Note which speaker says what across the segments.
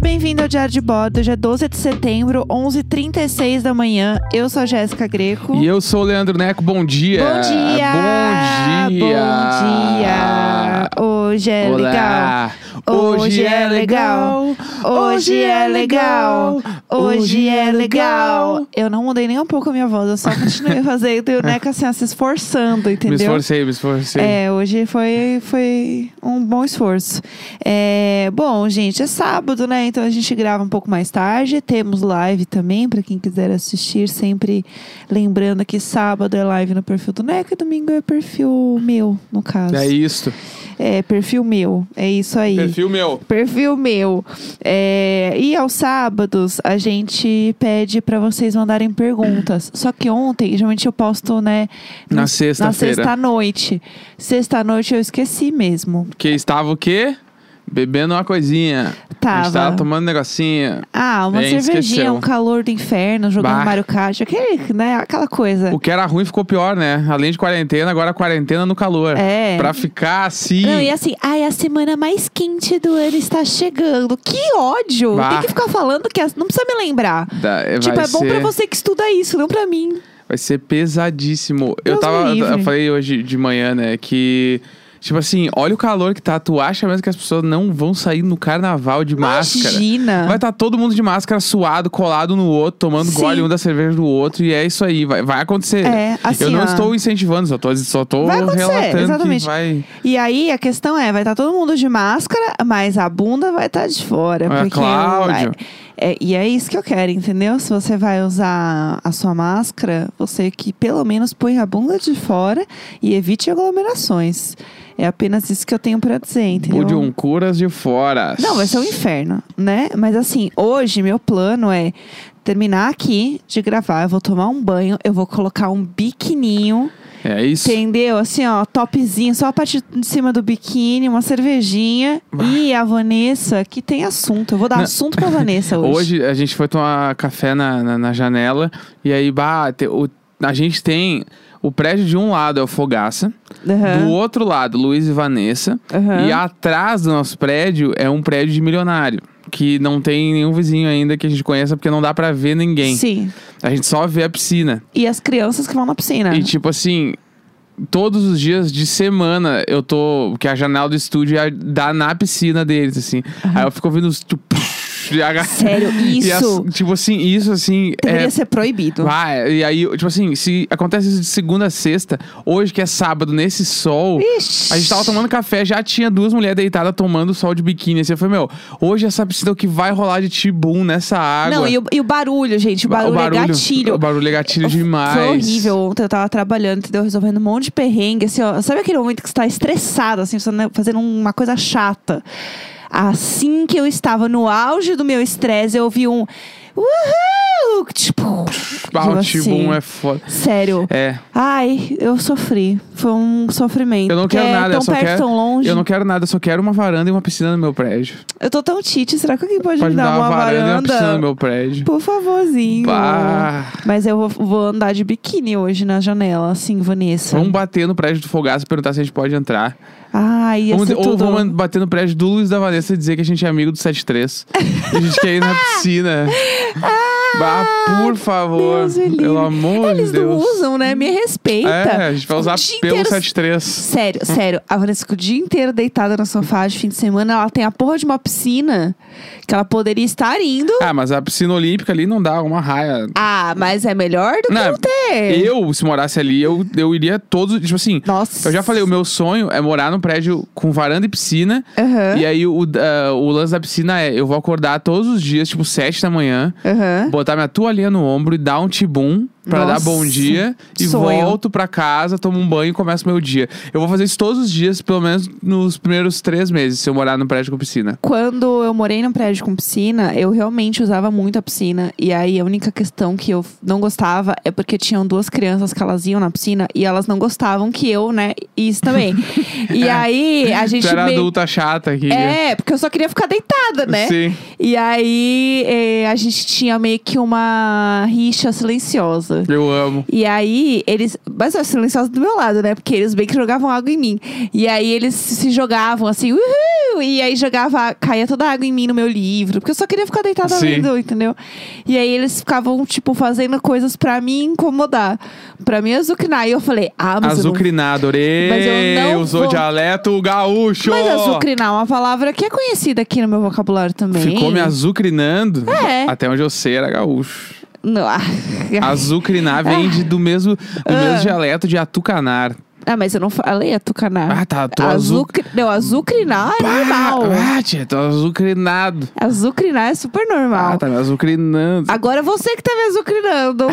Speaker 1: bem-vindo ao Diário de Bordo. Hoje é 12 de setembro, 11h36 da manhã. Eu sou a Jéssica Greco.
Speaker 2: E eu sou o Leandro Neco, bom dia!
Speaker 1: Bom dia!
Speaker 2: Bom dia!
Speaker 1: Bom dia! Hoje é legal!
Speaker 2: Olá.
Speaker 1: Hoje é legal. Hoje é legal! Hoje é legal! Eu não mudei nem um pouco a minha voz, eu só continuei fazendo e o Neco assim, ó, se esforçando,
Speaker 2: Me
Speaker 1: entendeu?
Speaker 2: esforcei, me esforcei.
Speaker 1: É, hoje foi, foi um bom esforço. É, bom, gente, é sábado, né? Então a gente grava um pouco mais tarde. Temos live também, pra quem quiser assistir. Sempre lembrando que sábado é live no perfil do Neco e domingo é perfil meu, no caso.
Speaker 2: É isso.
Speaker 1: É, perfil meu. É isso aí.
Speaker 2: Perfil meu.
Speaker 1: Perfil meu. É, e aos sábados a gente pede pra vocês mandarem perguntas. Só que ontem, geralmente eu posto, né?
Speaker 2: Na
Speaker 1: no- na
Speaker 2: sexta-feira.
Speaker 1: sexta-noite. Sexta-noite eu esqueci mesmo.
Speaker 2: Que estava o quê? Bebendo uma coisinha. A gente
Speaker 1: Tava.
Speaker 2: tava tomando um negocinho.
Speaker 1: Ah, uma
Speaker 2: Bem,
Speaker 1: cervejinha,
Speaker 2: esqueceu.
Speaker 1: um calor do inferno, jogando
Speaker 2: Bah.
Speaker 1: Mario Kart, aquele, né, aquela coisa.
Speaker 2: O que era ruim ficou pior, né? Além de quarentena, agora quarentena no calor.
Speaker 1: É.
Speaker 2: Pra ficar assim.
Speaker 1: Não, e assim, ai, a semana mais quente do ano está chegando. Que ódio!
Speaker 2: Bah.
Speaker 1: Tem que ficar falando que as- não precisa me lembrar.
Speaker 2: Dá- é,
Speaker 1: tipo,
Speaker 2: vai
Speaker 1: é bom
Speaker 2: ser-
Speaker 1: pra você que estuda isso, não pra mim.
Speaker 2: Vai ser pesadíssimo.
Speaker 1: Deus
Speaker 2: eu tava.
Speaker 1: me livre.
Speaker 2: Eu falei hoje de manhã, né? Que. Tipo assim, olha o calor que tá. Tu acha mesmo que as pessoas não vão sair no carnaval de máscara?
Speaker 1: Imagina.
Speaker 2: Vai estar todo mundo de máscara, suado, colado no outro, tomando
Speaker 1: Sim.
Speaker 2: gole um da cerveja do outro, e é isso aí, vai, vai acontecer.
Speaker 1: É, assim,
Speaker 2: eu não
Speaker 1: ó.
Speaker 2: estou incentivando, só tô, só tô
Speaker 1: Vai acontecer,
Speaker 2: relatando
Speaker 1: exatamente.
Speaker 2: que vai.
Speaker 1: E aí, a questão é, vai estar todo mundo de máscara, mas a bunda vai estar de fora.
Speaker 2: É,
Speaker 1: porque
Speaker 2: Cláudio.
Speaker 1: vai- É, e é isso que eu quero, entendeu? Se você vai usar a sua máscara, você que pelo menos põe a bunda de fora e evite aglomerações. É apenas isso que eu tenho pra dizer, entendeu?
Speaker 2: de um curas de fora.
Speaker 1: Não, vai ser um inferno, né? Mas assim, hoje meu plano é terminar aqui de gravar, eu vou tomar um banho, eu vou colocar um biquininho.
Speaker 2: É isso.
Speaker 1: Entendeu? Assim, ó, topzinho, só a parte de cima do biquíni, uma cervejinha. E a Vanessa, que tem assunto. Eu vou dar
Speaker 2: Não.
Speaker 1: assunto pra Vanessa hoje.
Speaker 2: Hoje a gente foi tomar café na, na, na janela e aí bah, te- o- a gente tem o prédio de um lado é o Fogaça,
Speaker 1: Aham.
Speaker 2: do outro lado Luiz e Vanessa
Speaker 1: Aham.
Speaker 2: e atrás do nosso prédio é um prédio de milionário que não tem nenhum vizinho ainda que a gente conheça porque não dá pra ver ninguém.
Speaker 1: Sim.
Speaker 2: A gente só vê a piscina
Speaker 1: E as crianças que vão na piscina.
Speaker 2: e tipo assim Todos os dias de semana eu tô. Que a janela do estúdio é- dá na piscina deles, assim. Aí eu fico ouvindo os. tchup, e a-
Speaker 1: Sério,
Speaker 2: e as-
Speaker 1: isso
Speaker 2: tipo assim, isso assim.
Speaker 1: deveria
Speaker 2: é,
Speaker 1: ser proibido.
Speaker 2: vai, e aí, tipo assim, se acontece isso de segunda a sexta, hoje que é sábado, nesse sol.
Speaker 1: Ixi.
Speaker 2: A gente tava tomando café, já tinha duas mulheres deitadas tomando sol de biquíni. Assim, eu falei, meu, hoje essa piscina é o que vai rolar de tibum nessa água.
Speaker 1: Não, e o, e o barulho, gente, o
Speaker 2: Ba-
Speaker 1: barulho, é gatilho.
Speaker 2: O barulho é gatilho demais.
Speaker 1: Foi horrível ontem, eu tava trabalhando, entendeu? Resolvendo um monte de perrengue, assim, ó. Sabe aquele momento que você tá estressado, assim, você, né, fazendo uma coisa chata? Assim que eu estava no auge do meu estresse, eu ouvi um... Uhul! Tipo...
Speaker 2: Ah,
Speaker 1: tipo
Speaker 2: o
Speaker 1: assim.
Speaker 2: tibum é foda.
Speaker 1: Sério.
Speaker 2: É.
Speaker 1: Ai, eu sofri. Foi um sofrimento.
Speaker 2: Eu não
Speaker 1: porque
Speaker 2: quero
Speaker 1: é
Speaker 2: nada,
Speaker 1: tão
Speaker 2: eu só
Speaker 1: perto,
Speaker 2: quero-
Speaker 1: tão longe.
Speaker 2: Eu não quero nada, eu só quero uma varanda e uma piscina no meu prédio.
Speaker 1: Eu tô tão tite, será que alguém pode,
Speaker 2: Pode
Speaker 1: me dar uma
Speaker 2: e uma piscina no meu prédio.
Speaker 1: Por favorzinho.
Speaker 2: Bah.
Speaker 1: Mas eu vou, vou andar de biquíni hoje na janela, assim, Vanessa.
Speaker 2: Vamos bater no prédio do Fogaço e perguntar se a gente pode entrar.
Speaker 1: Ai, ia
Speaker 2: Vamos-
Speaker 1: ser
Speaker 2: ou
Speaker 1: tudo.
Speaker 2: vamos bater no prédio do Luiz da Vanessa e dizer que a gente é amigo do 73. a gente quer ir na piscina. bah, por favor.
Speaker 1: Ah, Deus me livre.
Speaker 2: pelo amor
Speaker 1: Eles
Speaker 2: de Deus.
Speaker 1: não usam, né? Me respeita.
Speaker 2: É, a gente vai
Speaker 1: O
Speaker 2: usar
Speaker 1: dia
Speaker 2: pelo Hum.
Speaker 1: inteiro-
Speaker 2: 73.
Speaker 1: Sério, sério. A Vanessa fica o dia inteiro deitada no sofá de fim de semana. Ela tem a porra de uma piscina que ela poderia estar indo.
Speaker 2: Ah, mas a piscina olímpica ali não dá uma raia.
Speaker 1: Ah, mas é melhor do que
Speaker 2: Não,
Speaker 1: não ter.
Speaker 2: Eu, se morasse ali, eu, eu iria todos. Tipo assim,
Speaker 1: Nossa.
Speaker 2: eu já falei, o meu sonho é morar num prédio com varanda e piscina.
Speaker 1: Aham.
Speaker 2: E aí o, ah, o lance da piscina é: eu vou acordar todos os dias, tipo, 7 da manhã.
Speaker 1: Aham.
Speaker 2: botar minha toalhinha no ombro e dar um tibum pra
Speaker 1: Nossa,
Speaker 2: dar bom dia e
Speaker 1: sonho.
Speaker 2: volto pra casa, tomo um banho e começo meu dia. Eu vou fazer isso todos os dias, pelo menos nos primeiros três meses, se eu morar no prédio com piscina.
Speaker 1: Quando eu morei num prédio com piscina, eu realmente usava muito a piscina. E aí a única questão que eu não gostava é porque tinham duas crianças que elas iam na piscina e elas não gostavam que eu, né, isso também. e aí a gente
Speaker 2: Tu era
Speaker 1: meio-
Speaker 2: adulta chata aqui.
Speaker 1: É, porque eu só queria ficar deitada, né?
Speaker 2: Sim.
Speaker 1: E aí eh, a gente tinha meio que uma rixa silenciosa.
Speaker 2: Eu amo.
Speaker 1: E aí, eles. Mas ó, silenciosos do meu lado, né? Porque eles bem que jogavam água em mim. E aí, eles se jogavam assim, uhul! Brasil! E aí jogava, caía toda a água em mim no meu livro, porque eu só queria ficar deitada
Speaker 2: Sim.
Speaker 1: lendo, entendeu? E aí eles ficavam, tipo, fazendo coisas pra me incomodar, pra me azucrinar. E eu falei, ah, mas. eu não
Speaker 2: Azucrinar, adorei.
Speaker 1: Mas eu não
Speaker 2: Usou
Speaker 1: vou-
Speaker 2: dialeto gaúcho.
Speaker 1: Mas azucrinar é uma palavra que é conhecida aqui no meu vocabulário também.
Speaker 2: Ficou me azucrinando.
Speaker 1: É.
Speaker 2: Até onde eu sei era gaúcho.
Speaker 1: Não, ah,
Speaker 2: Azucrinar vem de- do, mesmo, do mesmo dialeto de atucanar.
Speaker 1: ah, mas eu não falei atucanar.
Speaker 2: Ah, tá. Tô azu...
Speaker 1: Azucri... Não, azucrinar é normal.
Speaker 2: Ah, tia, tô azucrinado.
Speaker 1: Azucrinar é super normal.
Speaker 2: Ah, tá me azucrinando.
Speaker 1: Agora você que tá me azucrinando.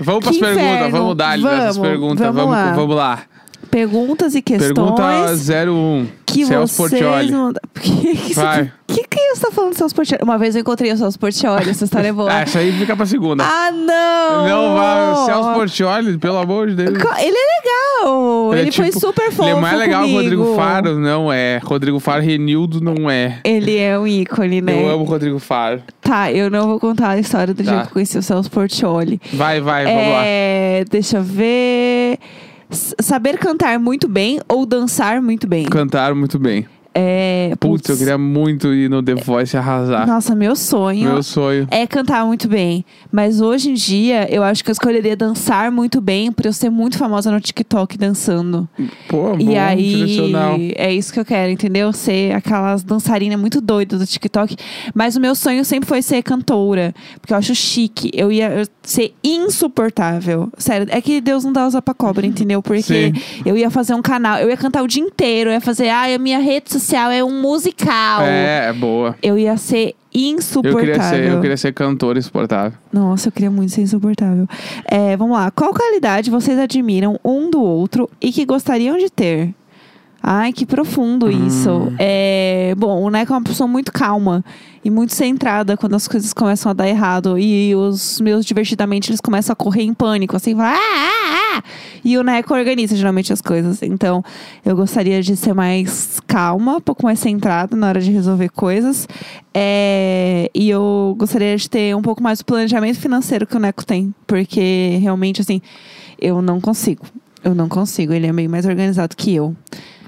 Speaker 2: Vamos pras
Speaker 1: que
Speaker 2: perguntas,
Speaker 1: inferno.
Speaker 2: vamos dar lhe essas
Speaker 1: Vamos,
Speaker 2: perguntas.
Speaker 1: vamos
Speaker 2: vamos,
Speaker 1: lá.
Speaker 2: vamos lá.
Speaker 1: Perguntas e questões
Speaker 2: Pergunta 01.
Speaker 1: que
Speaker 2: Celso
Speaker 1: vocês
Speaker 2: Portiolli.
Speaker 1: não... Por que que você
Speaker 2: Vai.
Speaker 1: que, que você tá falando do Celso Portiolli? Uma vez eu encontrei o Celso Portiolli, essa história é boa.
Speaker 2: Ah, essa aí fica pra segunda.
Speaker 1: ah, não!
Speaker 2: Não, vai, Celso Portiolli, pelo amor de Deus.
Speaker 1: Co- Ele é legal! Ele,
Speaker 2: é
Speaker 1: foi
Speaker 2: tipo-
Speaker 1: super fofo
Speaker 2: Ele é mais legal que o
Speaker 1: comigo.
Speaker 2: Rodrigo Faro, não é. Rodrigo Faro, Renildo, não é.
Speaker 1: Ele é um ícone, né?
Speaker 2: Eu amo o Rodrigo Faro.
Speaker 1: Tá, eu não vou contar a história do
Speaker 2: Tá.
Speaker 1: dia que eu conheci o Celso Portiolli.
Speaker 2: Vai, vai, vamos lá.
Speaker 1: É, deixa eu ver. S- saber cantar muito bem ou dançar muito bem?
Speaker 2: Cantaram muito bem.
Speaker 1: É,
Speaker 2: Putz, eu queria muito ir no The Voice e arrasar.
Speaker 1: Nossa, meu sonho
Speaker 2: Meu sonho.
Speaker 1: é cantar muito bem. Mas hoje em dia, eu acho que eu escolheria dançar muito bem pra eu ser muito famosa no TikTok dançando.
Speaker 2: Pô, bom,
Speaker 1: e
Speaker 2: direcional.
Speaker 1: aí, é isso que eu quero, entendeu? Ser aquelas dançarinas muito doidas do TikTok. Mas o meu sonho sempre foi ser cantora. Porque eu acho chique. Eu ia eu- ser insuportável. Sério, é que Deus não dá usa pra cobra, entendeu? Porque
Speaker 2: Sim.
Speaker 1: eu ia fazer um canal, eu ia cantar o dia inteiro. Eu ia fazer, ah, a minha rede social é um musical.
Speaker 2: É, é boa.
Speaker 1: Eu ia ser
Speaker 2: Eu
Speaker 1: insuportável.
Speaker 2: queria, ser, eu queria ser cantor exportável.
Speaker 1: Nossa, eu queria muito ser insuportável. É, vamos lá. Qual qualidade vocês admiram um do outro e que gostariam de ter? Ai, que profundo isso. É, bom, o Neco é uma pessoa muito calma e muito centrada quando as coisas começam a dar errado. E os meus, divertidamente, eles começam a correr em pânico, assim, falar, ah, ah, ah! E o Neco organiza geralmente as coisas. Então, eu gostaria de ser mais calma, um pouco mais centrada na hora de resolver coisas. É, e eu gostaria de ter um pouco mais o planejamento financeiro que o Neco tem. Porque realmente, assim, eu não consigo. Eu não consigo. Ele é meio mais organizado que eu.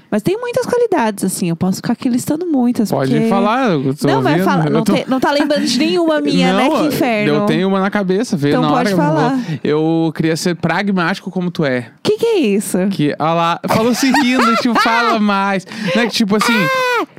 Speaker 1: Mas tem muitas qualidades, assim. Eu posso ficar aqui listando muitas.
Speaker 2: Pode
Speaker 1: porque-
Speaker 2: falar, eu tô
Speaker 1: Não,
Speaker 2: ouvindo.
Speaker 1: vai falar.
Speaker 2: Eu
Speaker 1: Não,
Speaker 2: tô-
Speaker 1: te- não tá lembrando de nenhuma minha,
Speaker 2: não,
Speaker 1: né? Que inferno.
Speaker 2: Eu tenho uma na cabeça, veio
Speaker 1: Então
Speaker 2: na hora
Speaker 1: pode
Speaker 2: que eu
Speaker 1: falar.
Speaker 2: falou. Eu queria ser pragmático como tu é.
Speaker 1: Que que é isso?
Speaker 2: Que, ah lá, falou se rindo, tipo, fala mais. Não é que, tipo assim,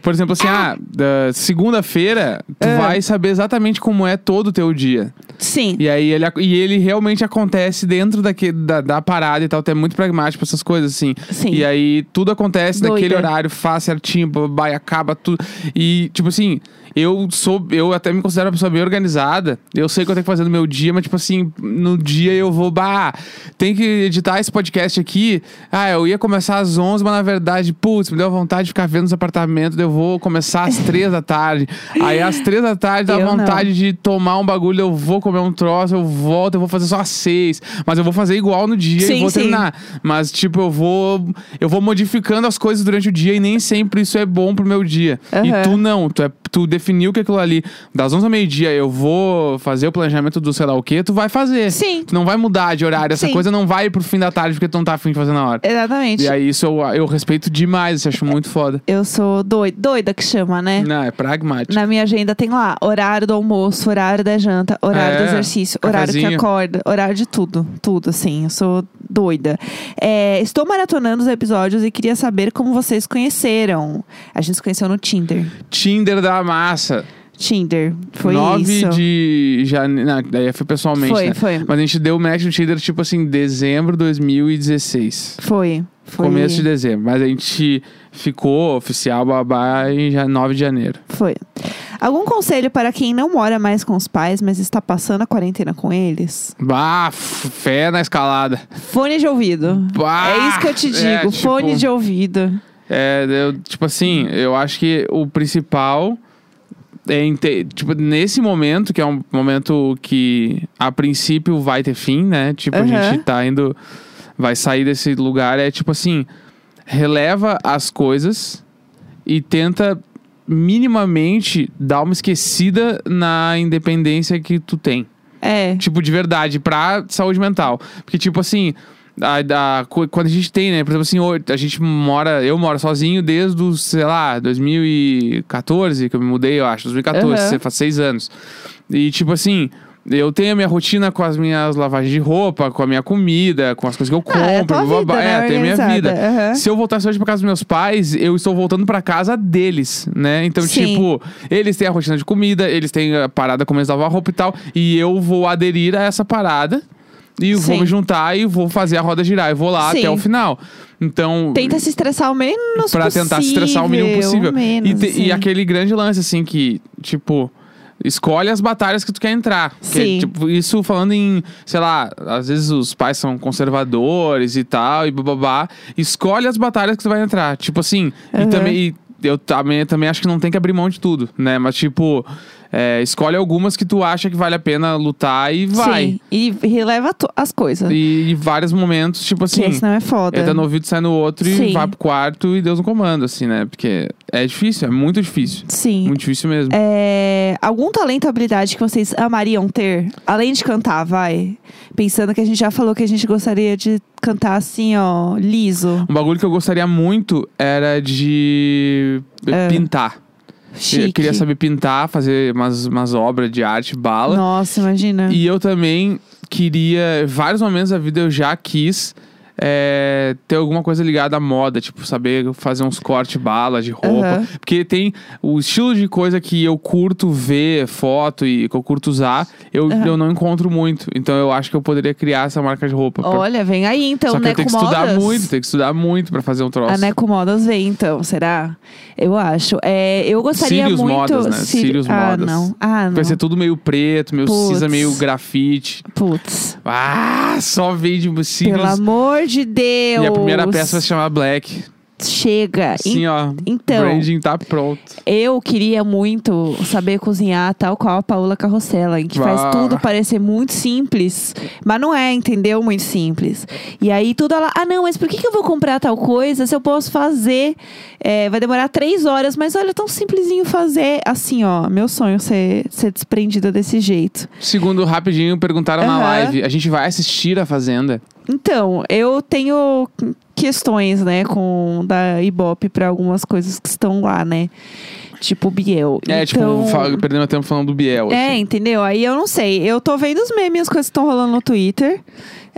Speaker 2: por exemplo, assim, ah, da segunda-feira, tu vai saber exatamente como é todo o teu dia.
Speaker 1: Sim.
Speaker 2: E aí ele, ac- e ele realmente acontece dentro daque, da, da parada e tal. Tu é muito pragmático pra essas coisas, assim.
Speaker 1: Sim.
Speaker 2: E aí tudo acontece
Speaker 1: Doida.
Speaker 2: naquele horário, faz certinho, babá, e acaba tudo. E, tipo assim, eu sou. Eu até me considero uma pessoa bem organizada. Eu sei o que eu tenho que fazer no meu dia, mas, tipo assim, no dia eu vou, bah, tem que editar esse podcast aqui. Ah, eu ia começar às 11, mas na verdade, putz, me deu vontade de ficar vendo os apartamentos. daí Eu vou começar às 3 da tarde. Aí às 3 da tarde dá
Speaker 1: Eu não.
Speaker 2: vontade de tomar um bagulho, eu vou comer um troço, eu volto, eu vou fazer só às seis. Mas eu vou fazer igual no dia
Speaker 1: Sim,
Speaker 2: e vou
Speaker 1: sim.
Speaker 2: terminar. Mas, tipo, eu vou. Eu vou modificando as coisas durante o dia e nem sempre isso é bom pro meu dia.
Speaker 1: Aham.
Speaker 2: E tu não, tu, é, tu definiu que aquilo ali, das 11 ao meio-dia, eu vou fazer o planejamento do sei lá o quê, tu vai fazer.
Speaker 1: Sim.
Speaker 2: Tu não vai mudar de horário. Essa
Speaker 1: Sim.
Speaker 2: coisa não vai pro fim da tarde porque tu não tá afim de fazer na hora.
Speaker 1: Exatamente.
Speaker 2: E aí, isso eu, eu respeito demais, isso eu acho muito foda.
Speaker 1: Eu sou doida, doida que chama, né?
Speaker 2: Não, é pragmático.
Speaker 1: Na minha agenda tem lá horário do almoço, horário da janta, horário
Speaker 2: É,
Speaker 1: do exercício, horário que
Speaker 2: cafezinho.
Speaker 1: acorda, horário de tudo. Tudo, assim. Eu sou doida. É, estou maratonando os episódios e queria saber como vocês conheceram. A gente se conheceu no Tinder.
Speaker 2: Tinder da massa.
Speaker 1: Tinder. Foi
Speaker 2: 9
Speaker 1: isso.
Speaker 2: de janeiro. Não, daí foi pessoalmente.
Speaker 1: Foi,
Speaker 2: né?
Speaker 1: foi.
Speaker 2: Mas a gente deu match no Tinder, tipo assim, dezembro de 2016.
Speaker 1: Foi. Foi.
Speaker 2: Começo de dezembro. Mas a gente ficou oficial babá em já 9 de janeiro.
Speaker 1: Foi. Algum conselho para quem não mora mais com os pais, mas está passando a quarentena com eles?
Speaker 2: Bah, f- fé na escalada.
Speaker 1: Fone de ouvido.
Speaker 2: Bah!
Speaker 1: é isso que eu te digo,
Speaker 2: Ah, É, tipo-
Speaker 1: fone de ouvido.
Speaker 2: É, eu, tipo assim, eu acho que o principal é ente- tipo, nesse momento, que é um momento que a princípio vai ter fim, né? Tipo, a
Speaker 1: Aham.
Speaker 2: gente tá indo, vai sair desse lugar, é tipo assim, releva as coisas e tenta minimamente dar uma esquecida na independência que tu tem.
Speaker 1: É.
Speaker 2: Tipo, de verdade, pra saúde mental. Porque, tipo assim, a- da- co- quando a gente tem, né? Por exemplo, assim, hoje a gente mora, eu moro sozinho desde, os, sei lá, 2014, que eu me mudei, eu acho, 2014,
Speaker 1: Aham.
Speaker 2: você faz seis anos. E tipo assim. Eu tenho a minha rotina com as minhas lavagens de roupa, com a minha comida, com as coisas que eu compro.
Speaker 1: Ah, é a tua
Speaker 2: blá, blá, blá.
Speaker 1: vida, né,
Speaker 2: é, tem a minha
Speaker 1: organizada.
Speaker 2: vida.
Speaker 1: Aham.
Speaker 2: Se eu voltasse hoje pra casa dos meus pais, eu estou voltando pra casa deles, né? Então,
Speaker 1: Sim.
Speaker 2: tipo, eles têm a rotina de comida, eles têm a parada como eles lavam a roupa e tal. E eu vou aderir a essa parada. E vou
Speaker 1: Sim.
Speaker 2: me juntar e vou fazer a roda girar. E vou lá
Speaker 1: Sim.
Speaker 2: até o final. Então.
Speaker 1: Tenta se estressar o menos
Speaker 2: Pra
Speaker 1: possível.
Speaker 2: tentar se estressar o mínimo possível.
Speaker 1: menos,
Speaker 2: e, te-
Speaker 1: assim.
Speaker 2: e aquele grande lance, assim, que, tipo, escolhe as batalhas que tu quer entrar. Que,
Speaker 1: Sim.
Speaker 2: tipo, isso falando em, sei lá, às vezes os pais são conservadores e tal, e bababá. Escolhe as batalhas que tu vai entrar. Tipo assim, e
Speaker 1: Aham.
Speaker 2: também. e eu também, também acho que não tem que abrir mão de tudo, né? Mas, tipo, é, escolhe algumas que tu acha que vale a pena lutar e vai.
Speaker 1: Sim, e releva to- as coisas.
Speaker 2: E, e vários momentos, tipo assim.
Speaker 1: Que senão é foda.
Speaker 2: Entra no ouvido, sai no outro e
Speaker 1: Sim.
Speaker 2: vai pro quarto e Deus no comando, assim, né? Porque é difícil, é muito difícil.
Speaker 1: Sim.
Speaker 2: Muito difícil mesmo.
Speaker 1: É, algum talento ou habilidade que vocês amariam ter? Além de cantar, vai. Pensando que a gente já falou que a gente gostaria de cantar assim, ó, liso,
Speaker 2: Um bagulho que eu gostaria muito era de pintar.
Speaker 1: Ah, chique.
Speaker 2: Eu queria saber pintar, fazer umas, umas obras de arte, bala.
Speaker 1: Nossa, imagina.
Speaker 2: E eu também queria, vários momentos da vida eu já quis é, ter alguma coisa ligada à moda, tipo, saber fazer uns corte bala de roupa.
Speaker 1: Aham.
Speaker 2: Porque tem o estilo de coisa que eu curto ver, foto e que eu curto usar, eu,
Speaker 1: Aham.
Speaker 2: eu não encontro muito. Então eu acho que eu poderia criar essa marca de roupa. pra-
Speaker 1: Olha, vem aí então,
Speaker 2: Só que eu
Speaker 1: Neco
Speaker 2: tenho que estudar
Speaker 1: Modas.
Speaker 2: muito, tenho que estudar muito pra fazer um troço.
Speaker 1: A Neco Modas vem então, será? Eu acho. É, eu gostaria
Speaker 2: Sirius
Speaker 1: muito.
Speaker 2: Modas, né?
Speaker 1: Siri-
Speaker 2: Sirius
Speaker 1: ah,
Speaker 2: Modas.
Speaker 1: não. Ah, não.
Speaker 2: Vai ser tudo meio preto, meio
Speaker 1: Putz.
Speaker 2: cinza, meio grafite.
Speaker 1: Putz.
Speaker 2: Ah, só veio de Sirius.
Speaker 1: Pelo amor de Deus.
Speaker 2: E a primeira peça vai se chamar Black.
Speaker 1: Chega.
Speaker 2: Sim, ó.
Speaker 1: então-
Speaker 2: Branding tá pronto.
Speaker 1: Eu queria muito saber cozinhar tal qual a Paola Carrossela, em que
Speaker 2: Bah.
Speaker 1: faz tudo parecer muito simples, mas não é, entendeu? Muito simples. E aí tudo ela, ah não, mas por que, que eu vou comprar tal coisa se eu posso fazer? É, vai demorar três horas, mas olha, é tão simplesinho fazer. Assim, ó, meu sonho ser, ser desprendida desse jeito.
Speaker 2: Segundo, rapidinho, perguntaram na
Speaker 1: Aham.
Speaker 2: live. A gente vai assistir a Fazenda?
Speaker 1: Então, eu tenho questões, né, com da Ibope pra algumas coisas que estão lá, né? Tipo Biel.
Speaker 2: É,
Speaker 1: então...
Speaker 2: tipo, fa- perdendo meu tempo falando do Biel.
Speaker 1: É,
Speaker 2: assim.
Speaker 1: entendeu? Aí eu não sei. Eu tô vendo os memes, as coisas que estão rolando no Twitter.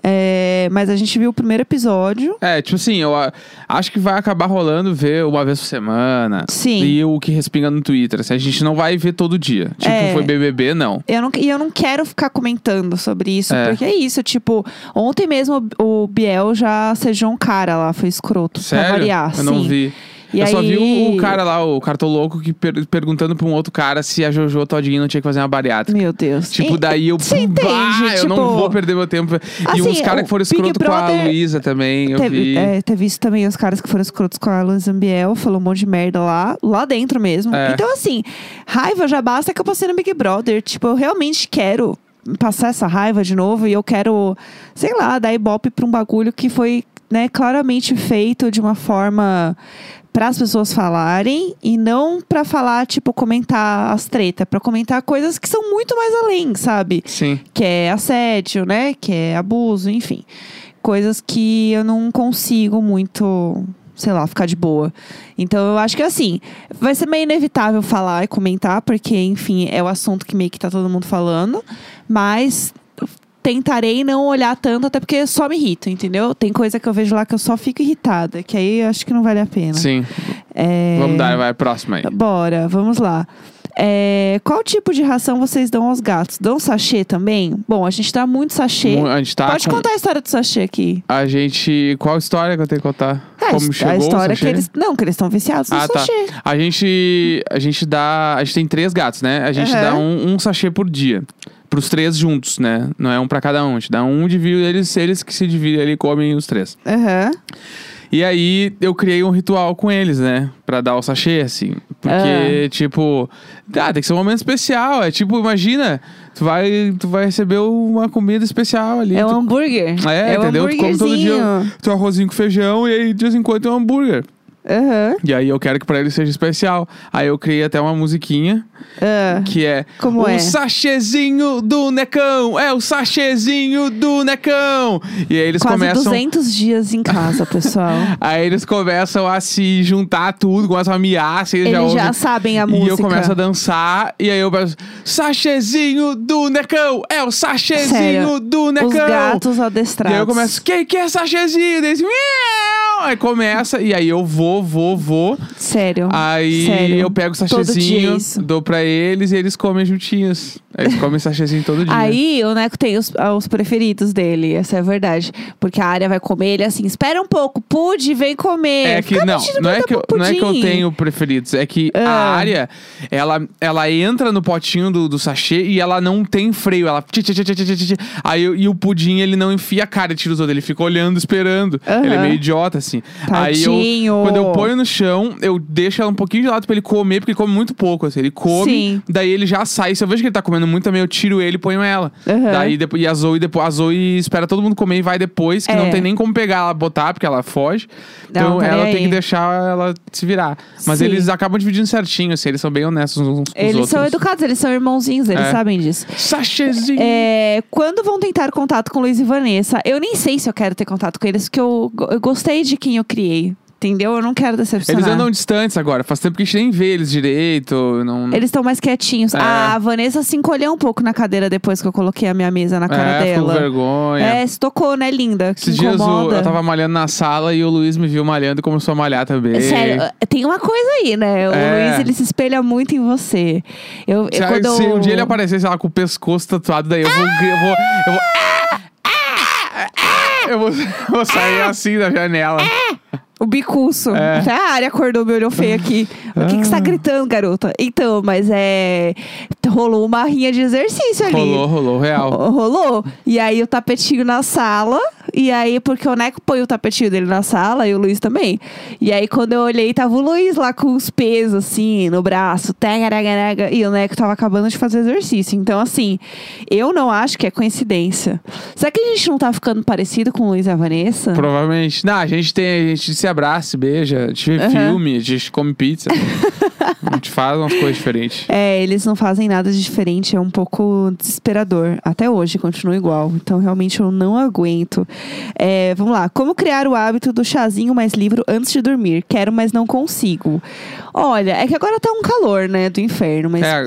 Speaker 1: É, mas a gente viu o primeiro episódio.
Speaker 2: É, tipo assim, eu a- acho que vai acabar rolando ver uma vez por semana.
Speaker 1: Sim.
Speaker 2: E o que respinga no Twitter. Assim, a gente não vai ver todo dia. Tipo,
Speaker 1: É.
Speaker 2: foi BBB, não.
Speaker 1: Eu não, e eu não quero ficar comentando sobre isso,
Speaker 2: É.
Speaker 1: porque é isso. Tipo, ontem mesmo o o Biel já sejou um cara lá, foi escroto.
Speaker 2: Sério?
Speaker 1: Pra variar,
Speaker 2: eu
Speaker 1: sim.
Speaker 2: não vi.
Speaker 1: E
Speaker 2: eu só vi
Speaker 1: aí-
Speaker 2: o, o cara lá, o cartoloco, que per- perguntando pra um outro cara se a Jojo Todinho não tinha que fazer uma bariátrica.
Speaker 1: Meu Deus.
Speaker 2: Tipo,
Speaker 1: E-
Speaker 2: daí eu.
Speaker 1: Você
Speaker 2: Bah,
Speaker 1: entende?
Speaker 2: eu
Speaker 1: Tipo,
Speaker 2: não vou perder meu tempo. e
Speaker 1: assim,
Speaker 2: uns caras que foram
Speaker 1: o Big
Speaker 2: escroto com a
Speaker 1: Brother
Speaker 2: Luísa também, eu
Speaker 1: Teve,
Speaker 2: vi.
Speaker 1: é, teve isso também, os caras que foram escrotos com a Luiz Ambiel, falou um monte de merda lá, lá dentro mesmo.
Speaker 2: É.
Speaker 1: Então, assim, raiva já basta que eu passei no Big Brother. Tipo, eu realmente quero passar essa raiva de novo e eu quero, sei lá, dar ibope pra um bagulho que foi, né, claramente feito de uma forma para as pessoas falarem e não pra falar, tipo, comentar as tretas, pra comentar coisas que são muito mais além, sabe?
Speaker 2: Sim.
Speaker 1: que é assédio, né? Que é abuso, enfim. Coisas que eu não consigo muito, sei lá, ficar de boa. Então eu acho que assim, vai ser meio inevitável falar e comentar, porque, enfim, é o assunto que meio que tá todo mundo falando. Mas tentarei não olhar tanto, até porque só me irrito, entendeu? Tem coisa que eu vejo lá que eu só fico irritada, que aí eu acho que não vale a pena.
Speaker 2: Sim.
Speaker 1: né? É...
Speaker 2: Vamos dar, vai, próxima aí.
Speaker 1: Bora, vamos lá. É, qual tipo de ração vocês dão aos gatos? Dão sachê também? Bom, a gente dá muito sachê.
Speaker 2: Mu- A gente tá.
Speaker 1: Pode
Speaker 2: com-
Speaker 1: contar a história do sachê aqui.
Speaker 2: A gente. Qual história que eu tenho que contar?
Speaker 1: É,
Speaker 2: Como
Speaker 1: a
Speaker 2: chegou o
Speaker 1: história
Speaker 2: sachê?
Speaker 1: que eles. Não, que eles estão viciados no
Speaker 2: Ah, tá.
Speaker 1: sachê.
Speaker 2: A gente. A gente dá. A gente tem três gatos, né? A gente
Speaker 1: Aham.
Speaker 2: dá um, um sachê por dia. Pros três juntos, né? Não é um pra cada um. A gente dá um, divide eles, eles que se dividem ali comem os três.
Speaker 1: Aham.
Speaker 2: E aí eu criei um ritual com eles, né? Pra dar o sachê, assim. Porque, tipo, ah, tem que ser um momento especial. É tipo, imagina, tu vai, tu vai receber uma comida especial ali.
Speaker 1: É um
Speaker 2: tu...
Speaker 1: hambúrguer.
Speaker 2: É,
Speaker 1: um
Speaker 2: entendeu? Tu come todo dia
Speaker 1: hambúrguerzinho.
Speaker 2: teu arrozinho com feijão e aí de vez em quando tem um hambúrguer.
Speaker 1: Aham.
Speaker 2: E aí eu quero que pra ele seja especial. Aí eu criei até uma musiquinha
Speaker 1: Ah,
Speaker 2: que é.
Speaker 1: Como
Speaker 2: o
Speaker 1: é?
Speaker 2: sachezinho do necão! É o sachezinho do necão! E aí eles
Speaker 1: Quase
Speaker 2: começam.
Speaker 1: 200 dias em casa, pessoal.
Speaker 2: Aí eles começam a se juntar tudo, começam a miar, se eles
Speaker 1: Eles
Speaker 2: já
Speaker 1: já,
Speaker 2: ouvem.
Speaker 1: sabem a
Speaker 2: E
Speaker 1: música.
Speaker 2: eu começo a dançar, e aí eu peço, sachezinho do necão! É o sachezinho
Speaker 1: Sério,
Speaker 2: do necão!
Speaker 1: Os gatos
Speaker 2: Né, E
Speaker 1: adestrados.
Speaker 2: aí eu começo, quem que é sachezinho? Daí eles, "Miau!" Aí começa, e aí eu vou, vou, vou.
Speaker 1: Sério.
Speaker 2: Aí
Speaker 1: sério.
Speaker 2: eu pego o
Speaker 1: Todo dia
Speaker 2: sachezinho,
Speaker 1: isso.
Speaker 2: dou pra eles e eles comem juntinhos. Aí Eles comem sachezinho todo dia.
Speaker 1: Aí o Neco tem os, ah, os preferidos dele, essa é a verdade. Porque a área vai comer, ele é assim, espera um pouco, pude, vem comer.
Speaker 2: É que
Speaker 1: Fica
Speaker 2: não,
Speaker 1: mexendo
Speaker 2: não é
Speaker 1: muito
Speaker 2: que, eu,
Speaker 1: pro
Speaker 2: não é que eu
Speaker 1: pudim.
Speaker 2: tenho preferidos. É que a
Speaker 1: Ah.
Speaker 2: área, ela, ela entra no potinho do, do sachê e ela não tem freio. Ela. tch, tch, tch, tch, tch, tch, tch. Aí eu- e o pudim, ele não enfia a cara e tira os outros. Ele fica olhando, esperando.
Speaker 1: Aham.
Speaker 2: Ele é meio idiota, assim. Aí eu.
Speaker 1: Tadinho.
Speaker 2: Quando eu ponho no chão, eu deixo ela um pouquinho de lado pra ele comer, porque ele come muito pouco. Assim. Ele come,
Speaker 1: Sim.
Speaker 2: daí ele já sai. Se eu vejo que ele tá comendo muito também, eu tiro ele e ponho ela.
Speaker 1: Aham.
Speaker 2: Daí depois. E a Zoe, depois, a Zoe espera todo mundo comer e vai depois, que não
Speaker 1: É.
Speaker 2: tem nem como pegar ela, botar, porque ela foge. Então
Speaker 1: Não, tá nem
Speaker 2: ela tem
Speaker 1: aí.
Speaker 2: que deixar ela se virar. Mas
Speaker 1: Sim.
Speaker 2: eles acabam dividindo certinho, assim, eles são bem honestos uns com os
Speaker 1: Eles
Speaker 2: outros.
Speaker 1: são educados, eles são irmãozinhos, eles
Speaker 2: É.
Speaker 1: sabem disso.
Speaker 2: Sachezinho!
Speaker 1: É, quando vão tentar contato com Luiz e Vanessa? Eu nem sei se eu quero ter contato com eles, porque eu, go- eu gostei de quem eu criei. Entendeu? Eu não quero decepcionar.
Speaker 2: Eles andam distantes agora, faz tempo que a gente nem vê eles direito. Não...
Speaker 1: Eles estão mais quietinhos.
Speaker 2: É.
Speaker 1: Ah, a Vanessa se encolheu um pouco na cadeira depois que eu coloquei a minha mesa na cara
Speaker 2: é, ficam com
Speaker 1: dela.
Speaker 2: vergonha.
Speaker 1: É, se tocou, né, linda? Que
Speaker 2: Esses dias o-
Speaker 1: incomoda.
Speaker 2: eu tava malhando na sala e o Luiz me viu malhando e começou a malhar também.
Speaker 1: É Sério, tem uma coisa aí, né? O
Speaker 2: É.
Speaker 1: Luiz, ele se espelha muito em você. Eu,
Speaker 2: Se,
Speaker 1: eu, quando
Speaker 2: se
Speaker 1: eu-
Speaker 2: um dia ele aparecer, sei lá, com o pescoço tatuado, daí eu vou. Eu vou, eu vou,
Speaker 1: Ah!
Speaker 2: eu vou, eu vou sair assim da janela.
Speaker 1: O bicuço.
Speaker 2: É. Ah.
Speaker 1: Até a área acordou, me olhou feio aqui. O que, que você tá gritando, garota? Então, mas é. Rolou uma rinha de exercício ali.
Speaker 2: Rolou, rolou, real.
Speaker 1: Ro- Rolou. E aí o tapetinho na sala. E aí, porque o Neco põe o tapetinho dele na sala e o Luiz também. E aí, quando eu olhei, tava o Luiz lá com os pesos, assim, no braço. Tangaragaraga, e o Neco tava acabando de fazer exercício. Então, assim, eu não acho que é coincidência. Será que a gente não tá ficando parecido com o Luiz e a Vanessa?
Speaker 2: Provavelmente. Não, a gente tem, a gente se abraça, se beija, a gente vê
Speaker 1: Aham.
Speaker 2: filme, a gente come pizza. a gente faz umas coisas diferentes.
Speaker 1: É, eles não fazem nada de diferente, é um pouco desesperador. Até hoje continua igual. Então, realmente, eu não aguento. É, vamos lá. Como criar o hábito do chazinho mais livro antes de dormir? Quero, mas não consigo. Olha, é que agora tá um calor, né? Do inferno, mas.
Speaker 2: É,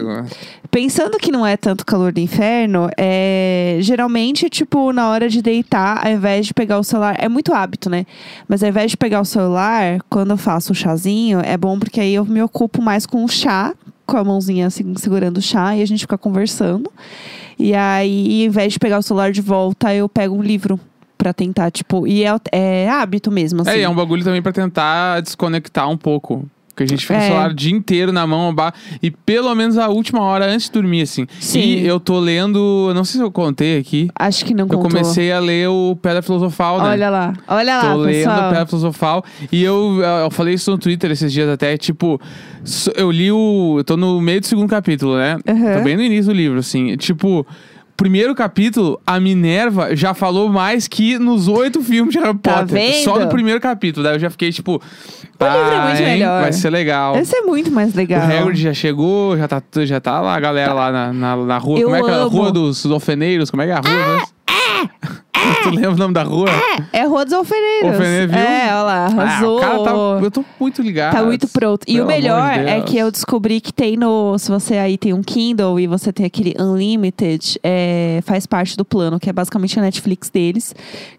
Speaker 1: Pensando que não é tanto calor do inferno, é, geralmente, tipo, na hora de deitar, ao invés de pegar o celular, é muito hábito, né? Mas ao invés de pegar o celular, quando eu faço o chazinho, é bom porque aí eu me ocupo mais com o chá, com a mãozinha assim, segurando o chá, e a gente fica conversando. E aí, ao invés de pegar o celular de volta, eu pego um livro pra tentar, tipo, e é, é hábito mesmo, assim.
Speaker 2: é, e é um bagulho também pra tentar desconectar um pouco. Porque a gente fica com o
Speaker 1: É.
Speaker 2: celular o dia inteiro na mão, ba- e pelo menos a última hora antes de dormir, assim.
Speaker 1: Sim.
Speaker 2: E eu tô lendo, eu não sei se eu contei aqui,
Speaker 1: Acho que não
Speaker 2: eu
Speaker 1: contou.
Speaker 2: comecei a ler o Pedra Filosofal, né?
Speaker 1: Olha lá, olha lá,
Speaker 2: Tô lendo
Speaker 1: pessoal.
Speaker 2: Pedra Filosofal. E eu, eu falei isso no Twitter esses dias até. Tipo, so- eu li o. Eu tô no meio do segundo capítulo, né?
Speaker 1: Uhum.
Speaker 2: Tô bem no início do livro, assim. Tipo. Primeiro capítulo, a Minerva já falou mais que nos oito filmes de Harry
Speaker 1: Tá
Speaker 2: Potter.
Speaker 1: vendo?
Speaker 2: Só no primeiro capítulo. Daí eu já fiquei tipo. Tá,
Speaker 1: livro é muito
Speaker 2: hein?
Speaker 1: melhor."
Speaker 2: Vai ser legal.
Speaker 1: Esse é muito mais legal.
Speaker 2: O Hagrid já chegou, já tá, já tá lá a galera lá na, na, na rua.
Speaker 1: Eu
Speaker 2: como é que é? a
Speaker 1: amo.
Speaker 2: Rua dos Ofeneiros? Como é que é a rua? mesmo? tu lembra o nome da rua?
Speaker 1: É Rua dos Alfeneiros.
Speaker 2: Alfeneiros, viu?
Speaker 1: É, olha lá,
Speaker 2: Ah,
Speaker 1: arrasou.
Speaker 2: o cara tá, eu tô muito ligado.
Speaker 1: Tá muito pronto. E
Speaker 2: Pelo
Speaker 1: o melhor
Speaker 2: amor de
Speaker 1: é
Speaker 2: Deus.
Speaker 1: que eu descobri que tem no. Se você aí tem um Kindle e você tem aquele Unlimited, é, faz parte do plano, que é basicamente a Netflix deles.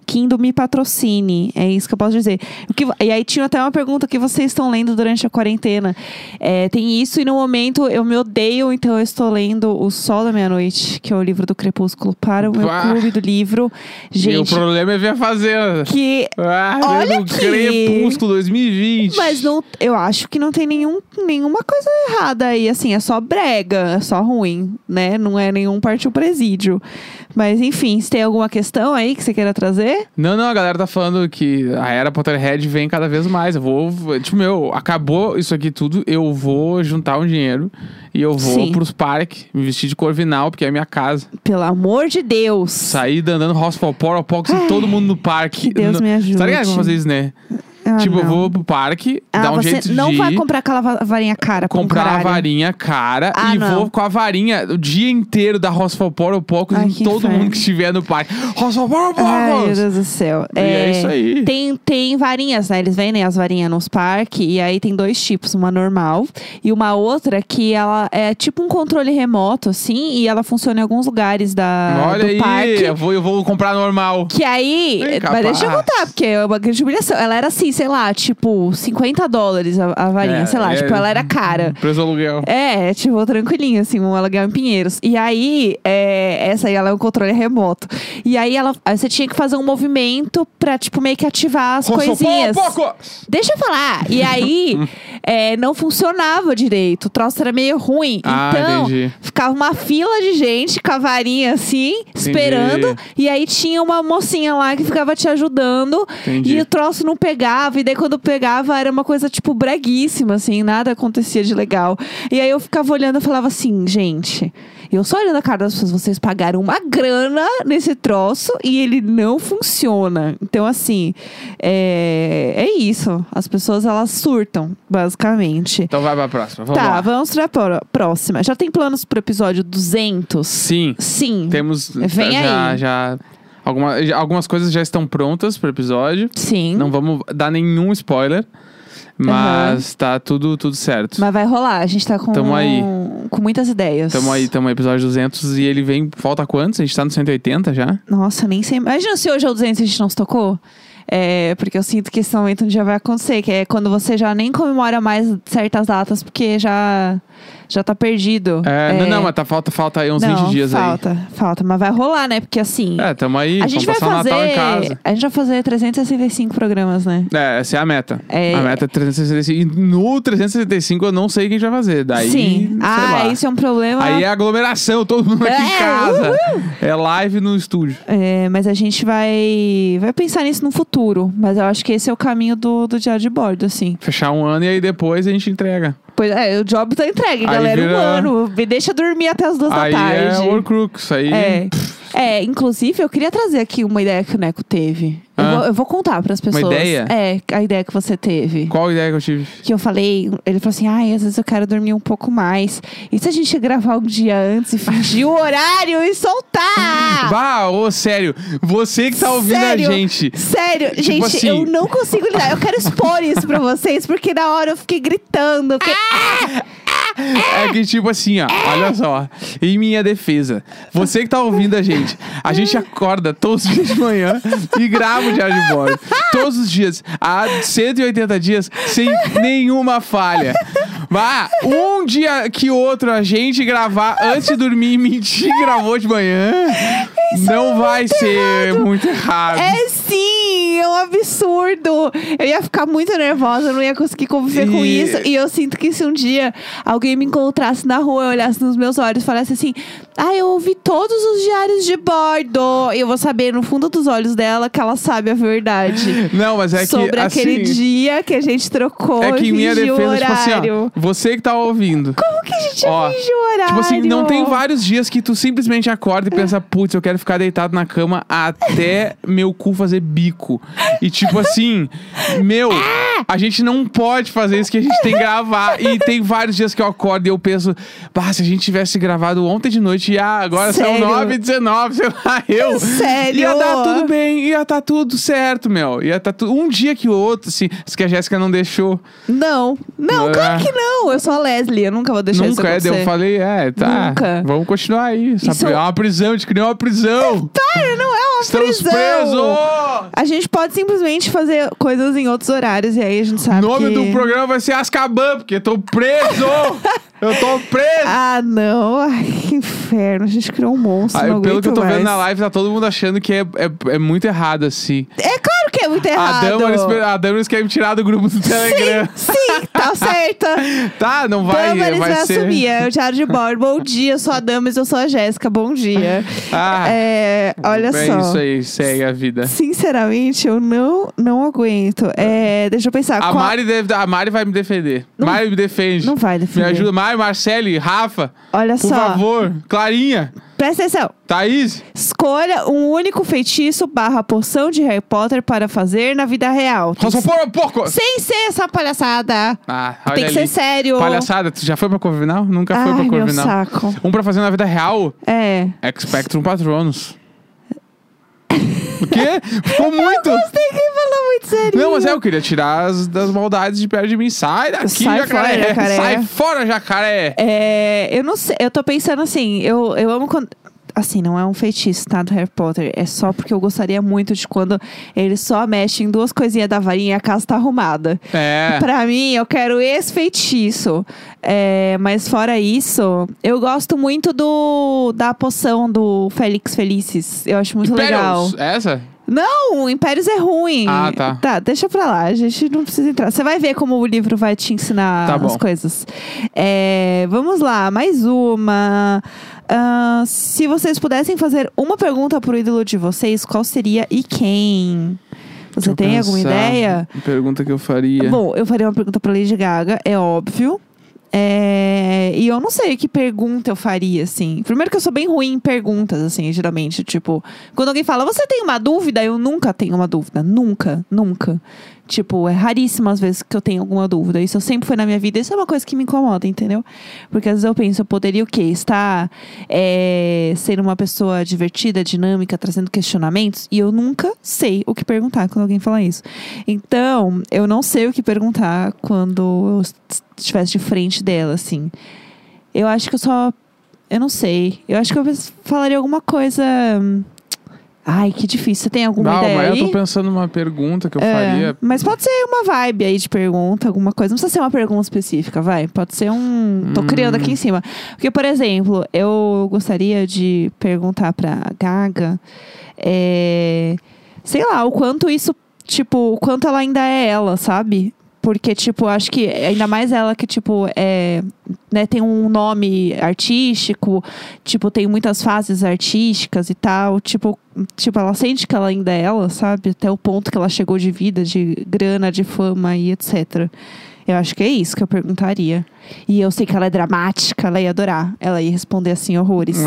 Speaker 1: Kindle me patrocine. É isso que eu posso dizer. O que, e aí tinha até uma pergunta: o que vocês estão lendo durante a quarentena? É, tem isso, e no momento eu me odeio, então eu estou lendo O Sol da Meia-Noite, que é o livro do Crepúsculo, para o meu
Speaker 2: Vá.
Speaker 1: clube do livro.
Speaker 2: E o
Speaker 1: Gente,
Speaker 2: problema é ver a Fazenda.
Speaker 1: que
Speaker 2: Ah,
Speaker 1: Olha
Speaker 2: vendo o
Speaker 1: aqui.
Speaker 2: Crepúsculo 2020.
Speaker 1: Mas não, eu acho que não tem nenhum, nenhuma coisa errada aí, assim, é só brega, é só ruim, né? Não é nenhum partiu presídio. Mas enfim, se tem alguma questão aí que você queira trazer?
Speaker 2: Não, não, a galera tá falando que a era Potterhead vem cada vez mais. Eu vou. Tipo, meu, acabou isso aqui tudo. Eu vou juntar um dinheiro e eu vou
Speaker 1: Sim.
Speaker 2: pros parques, me vestir de corvinal, porque é a minha casa.
Speaker 1: Pelo amor de Deus.
Speaker 2: Sair andando Hospital Poropox e todo mundo no parque.
Speaker 1: que Deus
Speaker 2: Não-
Speaker 1: me
Speaker 2: Tá ligado que eu
Speaker 1: ajude.
Speaker 2: vou fazer isso, né?
Speaker 1: Ah,
Speaker 2: tipo, eu
Speaker 1: não.
Speaker 2: vou pro parque,
Speaker 1: Ah,
Speaker 2: dar um
Speaker 1: você
Speaker 2: jeito
Speaker 1: não
Speaker 2: de
Speaker 1: vai
Speaker 2: ir,
Speaker 1: comprar aquela va- varinha cara pra um
Speaker 2: comprar a
Speaker 1: caralho.
Speaker 2: varinha cara
Speaker 1: Ah,
Speaker 2: e
Speaker 1: não.
Speaker 2: vou com a varinha o dia inteiro da Rosfopor ou Pocos
Speaker 1: Ai,
Speaker 2: em
Speaker 1: que
Speaker 2: todo
Speaker 1: inferno.
Speaker 2: mundo que estiver no parque. Rosfopor ou
Speaker 1: Ai, meu
Speaker 2: Pocos!
Speaker 1: Deus do céu.
Speaker 2: E é isso aí.
Speaker 1: Tem, tem varinhas, né? Eles vendem as varinhas nos parques. E aí tem dois tipos. Uma normal e uma outra que ela é tipo um controle remoto, assim. E ela funciona em alguns lugares da,
Speaker 2: Olha
Speaker 1: do
Speaker 2: aí,
Speaker 1: parque.
Speaker 2: eu vou, eu vou comprar normal.
Speaker 1: Que aí.
Speaker 2: Ih,
Speaker 1: Mas deixa eu
Speaker 2: capaz.
Speaker 1: contar, porque é uma grande humilhação. Ela era assim, sei lá, tipo, 50 dólares a, a varinha,
Speaker 2: É,
Speaker 1: sei lá.
Speaker 2: é-
Speaker 1: Tipo, ela era cara.
Speaker 2: Preço do aluguel.
Speaker 1: É, tipo, tranquilinho, assim, um aluguel em Pinheiros. E aí, é, essa aí, ela é um controle remoto. E aí, ela, aí você tinha que fazer um movimento pra, tipo, meio que ativar as
Speaker 2: Rosfopor ou
Speaker 1: coisinhas.
Speaker 2: Pocos!
Speaker 1: Deixa eu falar. E aí, é, não funcionava direito. O troço era meio ruim.
Speaker 2: Ah,
Speaker 1: então,
Speaker 2: entendi.
Speaker 1: ficava uma fila de gente com a varinha assim, esperando. E aí tinha uma mocinha lá que ficava te ajudando.
Speaker 2: Entendi.
Speaker 1: E o troço não pegava. E daí, quando pegava, era uma coisa, tipo, breguíssima, assim. Nada acontecia de legal. E aí, eu ficava olhando e falava assim, gente... Eu só olhando a cara das pessoas, vocês pagaram uma grana nesse troço e ele não funciona. Então, assim, é, é isso. As pessoas, elas surtam, basicamente.
Speaker 2: Então vai pra próxima, vamos
Speaker 1: tá,
Speaker 2: lá.
Speaker 1: vamos pra pró- próxima. Já tem planos pro episódio 200?
Speaker 2: Sim,
Speaker 1: Sim.
Speaker 2: temos
Speaker 1: Vem
Speaker 2: já,
Speaker 1: aí.
Speaker 2: já alguma- já- algumas coisas já estão prontas pro episódio.
Speaker 1: Sim.
Speaker 2: Não vamos dar nenhum spoiler, mas tá tudo tudo certo.
Speaker 1: Mas vai rolar. A gente tá com,
Speaker 2: Tamo aí.
Speaker 1: com muitas ideias.
Speaker 2: Tamo aí, tamo aí, episódio 200 e ele vem, falta quantos? A gente tá no 180 já?
Speaker 1: Nossa, nem sei. Imagina se hoje é o 200 e a gente não se tocou. É, porque eu sinto que esse momento um dia vai acontecer, que é quando você já nem comemora mais certas datas, porque já, já tá perdido.
Speaker 2: É, Não, não, mas tá, falta, falta aí uns
Speaker 1: não,
Speaker 2: 20 dias
Speaker 1: falta, Falta, mas vai rolar, né? Porque assim,
Speaker 2: aí. É, tamo aí,
Speaker 1: a gente vai
Speaker 2: vamos passar
Speaker 1: fazer.
Speaker 2: o Natal em casa.
Speaker 1: A gente vai fazer 365 programas, né?
Speaker 2: É, essa é a meta.
Speaker 1: É.
Speaker 2: A meta é 365. E no 365 eu não sei o que a gente vai fazer. Daí,
Speaker 1: Sim.
Speaker 2: Tá sei
Speaker 1: Ah,
Speaker 2: lá.
Speaker 1: isso é um problema.
Speaker 2: Aí é aglomeração, todo mundo aqui
Speaker 1: É,
Speaker 2: em casa. É live no estúdio.
Speaker 1: É, mas a gente vai, vai pensar nisso no futuro. Mas eu acho que esse é o caminho do, do diário de bordo, assim.
Speaker 2: Fechar um ano e aí depois a gente entrega.
Speaker 1: Pois é, o job tá entregue,
Speaker 2: Aí
Speaker 1: galera.
Speaker 2: vira-
Speaker 1: Um ano. Me deixa dormir até as duas
Speaker 2: aí
Speaker 1: da
Speaker 2: é
Speaker 1: tarde.
Speaker 2: Horcrux, aí...
Speaker 1: É. É, inclusive, eu queria trazer aqui uma ideia que o Neco teve. Eu,
Speaker 2: Ah.
Speaker 1: vou, eu vou contar pras pessoas.
Speaker 2: ideia?
Speaker 1: É, a ideia que você teve.
Speaker 2: Qual a ideia que eu tive?
Speaker 1: Que eu falei, ele falou assim: ai, às vezes eu quero dormir um pouco mais. E se a gente gravar um dia antes e fingir o horário e soltar?
Speaker 2: Bah, ô, sério. Você que tá ouvindo
Speaker 1: Ah. Sério?
Speaker 2: a gente.
Speaker 1: Sério,
Speaker 2: Tipo
Speaker 1: gente,
Speaker 2: assim-
Speaker 1: eu não consigo lidar. Eu quero expor isso pra vocês, porque na hora eu fiquei gritando. eu fiquei-
Speaker 2: É que tipo assim, ó, olha só. Em minha defesa, você que tá ouvindo a gente, a gente acorda todos os dias de manhã e grava o diário de bordo. Todos os dias, há 180 dias, sem nenhuma falha. Vá, um dia que outro a gente gravar antes de dormir e mentir que gravou de manhã, não vai ser muito errado.
Speaker 1: É sim, é um absurdo. Eu ia ficar muito nervosa, eu não ia conseguir conviver com
Speaker 2: E-
Speaker 1: isso. E eu sinto que se um dia alguém me encontrasse na rua, olhasse nos meus olhos e falasse assim: Ah, eu ouvi todos os diários de bordo. Eu vou saber no fundo dos olhos dela que ela sabe a verdade.
Speaker 2: Não, mas é
Speaker 1: sobre
Speaker 2: que
Speaker 1: aquele
Speaker 2: assim,
Speaker 1: dia que a gente trocou
Speaker 2: é que
Speaker 1: e
Speaker 2: em minha
Speaker 1: fingiu o
Speaker 2: defesa, tipo assim,
Speaker 1: horário.
Speaker 2: ó, você que tá ouvindo.
Speaker 1: Como que a gente
Speaker 2: Ó,
Speaker 1: fingiu o horário?
Speaker 2: Tipo assim, não tem vários dias que tu simplesmente acorda e pensa, putz, eu quero ficar deitado na cama até meu cu fazer bico. E tipo assim, meu, a gente não pode fazer isso que a gente tem que gravar. E tem vários dias que eu acordo e eu penso, bah, se a gente tivesse gravado ontem de noite, e ah, agora
Speaker 1: Sério?
Speaker 2: são 9 19 sei lá, eu.
Speaker 1: Sério?
Speaker 2: Ia dar tudo bem, ia tá tudo certo, meu. Ia tá tu... Um dia que o outro, assim, isso que a Jéssica não deixou.
Speaker 1: Não, não,
Speaker 2: Não é?
Speaker 1: claro que não. Eu sou a Leslie, eu nunca vou deixar isso
Speaker 2: Nunca é,
Speaker 1: acontecer.
Speaker 2: daí eu falei, é, tá.
Speaker 1: Nunca.
Speaker 2: Vamos continuar aí. Essa
Speaker 1: Isso-
Speaker 2: pri- É uma prisão, a gente criou uma prisão.
Speaker 1: Cara, não é uma
Speaker 2: Estamos
Speaker 1: prisão.
Speaker 2: presos!
Speaker 1: A gente pode simplesmente fazer coisas em outros horários e aí a gente
Speaker 2: O
Speaker 1: sabe
Speaker 2: nome
Speaker 1: que...
Speaker 2: do programa vai ser Ascaban, porque eu tô preso! eu tô preso!
Speaker 1: Ah, não. Ai, que inferno. A gente criou um monstro,
Speaker 2: Aí,
Speaker 1: não
Speaker 2: Ah, pelo que eu
Speaker 1: aguento
Speaker 2: tô
Speaker 1: mais.
Speaker 2: vendo na live, tá todo mundo achando que é, é, é muito errado, assim.
Speaker 1: É claro que é muito
Speaker 2: A
Speaker 1: errado.
Speaker 2: Damaris, a Damaris quer me tirar do grupo do Telegram.
Speaker 1: Sim, sim, tá certa.
Speaker 2: Tá, não vai,
Speaker 1: Damaris vai,
Speaker 2: vai ser.
Speaker 1: assumir. É o Diário de Bordo. Bom dia, eu sou a Damaris, eu sou a Jéssica. Bom dia.
Speaker 2: Ah,
Speaker 1: É, olha
Speaker 2: é
Speaker 1: só.
Speaker 2: isso aí, segue a vida.
Speaker 1: Sinceramente, eu não, não aguento. É, deixa eu pensar.
Speaker 2: A
Speaker 1: qual-
Speaker 2: Mari, deve, a Mari vai me defender. Mari me defende.
Speaker 1: Não vai defender.
Speaker 2: Me ajuda. Mari, Marcele, Rafa.
Speaker 1: Olha
Speaker 2: Por
Speaker 1: só.
Speaker 2: favor, Clarinha.
Speaker 1: Presta atenção.
Speaker 2: Thaís,
Speaker 1: Escolha um único feitiço barra poção de Harry Potter para fazer na vida real. Tem
Speaker 2: posso
Speaker 1: que-
Speaker 2: pôr um porco?
Speaker 1: Sem ser essa palhaçada.
Speaker 2: Ah, olha
Speaker 1: Tem que ser
Speaker 2: ali.
Speaker 1: sério.
Speaker 2: Palhaçada, tu já foi pra Corvinal? Nunca foi
Speaker 1: Ai,
Speaker 2: pra
Speaker 1: meu
Speaker 2: Corvinal.
Speaker 1: saco.
Speaker 2: Um pra fazer na vida real,
Speaker 1: É.
Speaker 2: Expectrum Patronus. O quê? Ficou muito!
Speaker 1: Tem que falar muito sério.
Speaker 2: Então- Não, mas é, eu queria tirar as, das maldades de perto de mim. Sai daqui,
Speaker 1: Sai
Speaker 2: jacaré.
Speaker 1: fora, jacaré.
Speaker 2: Sai fora, jacaré!
Speaker 1: É, eu não sei, eu tô pensando assim, eu, eu amo quando. Assim, não é um feitiço, tá? Do Harry Potter. É só porque eu gostaria muito de quando ele só mexe em duas coisinhas da varinha e a casa tá arrumada.
Speaker 2: É.
Speaker 1: Pra mim, eu quero esse feitiço. É, mas fora isso, eu gosto muito do da poção do Félix Felices. Eu acho muito Um legal.
Speaker 2: Imperials, é essa?
Speaker 1: Não, Impérios é ruim.
Speaker 2: Ah, tá.
Speaker 1: deixa pra lá. A gente não precisa entrar. Você vai ver como o livro vai te ensinar
Speaker 2: Tá bom.
Speaker 1: as coisas. É, vamos lá, mais uma. Ah, se vocês pudessem fazer uma pergunta pro ídolo de vocês, qual seria e quem? Você
Speaker 2: Deixa eu
Speaker 1: tem alguma
Speaker 2: pensar.
Speaker 1: ideia?
Speaker 2: Pergunta que eu faria.
Speaker 1: Bom, eu faria uma pergunta pra Lady Gaga, é óbvio. É, e eu não sei que pergunta eu faria, assim. Primeiro que eu sou bem ruim em perguntas, assim, geralmente. Tipo, quando alguém fala, você tem uma dúvida? Eu nunca tenho uma dúvida. Nunca, nunca. Tipo, é raríssimas vezes que eu tenho alguma dúvida. Isso eu sempre foi na minha vida. Isso é uma coisa que me incomoda, entendeu? Porque às vezes eu penso, eu poderia o quê? Estar é, sendo uma pessoa divertida, dinâmica, trazendo questionamentos. E eu nunca sei o que perguntar quando alguém fala isso. Então, eu não sei o que perguntar quando eu estivesse de frente dela, assim. Eu acho que eu só. Eu não sei. Eu acho que eu falaria alguma coisa. hum, Ai, que difícil. Você tem alguma
Speaker 2: Não,
Speaker 1: ideia?
Speaker 2: mas
Speaker 1: aí?
Speaker 2: eu tô pensando numa pergunta que eu
Speaker 1: É,
Speaker 2: faria.
Speaker 1: Mas pode ser uma vibe aí de pergunta, alguma coisa. Não precisa ser uma pergunta específica, vai. Pode ser um. Tô criando aqui em cima. Porque, por exemplo, eu gostaria de perguntar pra Gaga, é, sei lá, o quanto isso, tipo, o quanto ela ainda é ela, sabe? Porque, tipo, acho que ainda mais ela que, tipo, é, né, tem um nome artístico, tipo, tem muitas fases artísticas e tal. Tipo, tipo, ela sente que ela ainda é ela, sabe? Até o ponto que ela chegou de vida, de grana, de fama e etc. Eu acho que é isso que eu perguntaria. E eu sei que ela é dramática, ela ia adorar. Ela ia responder assim, horrores.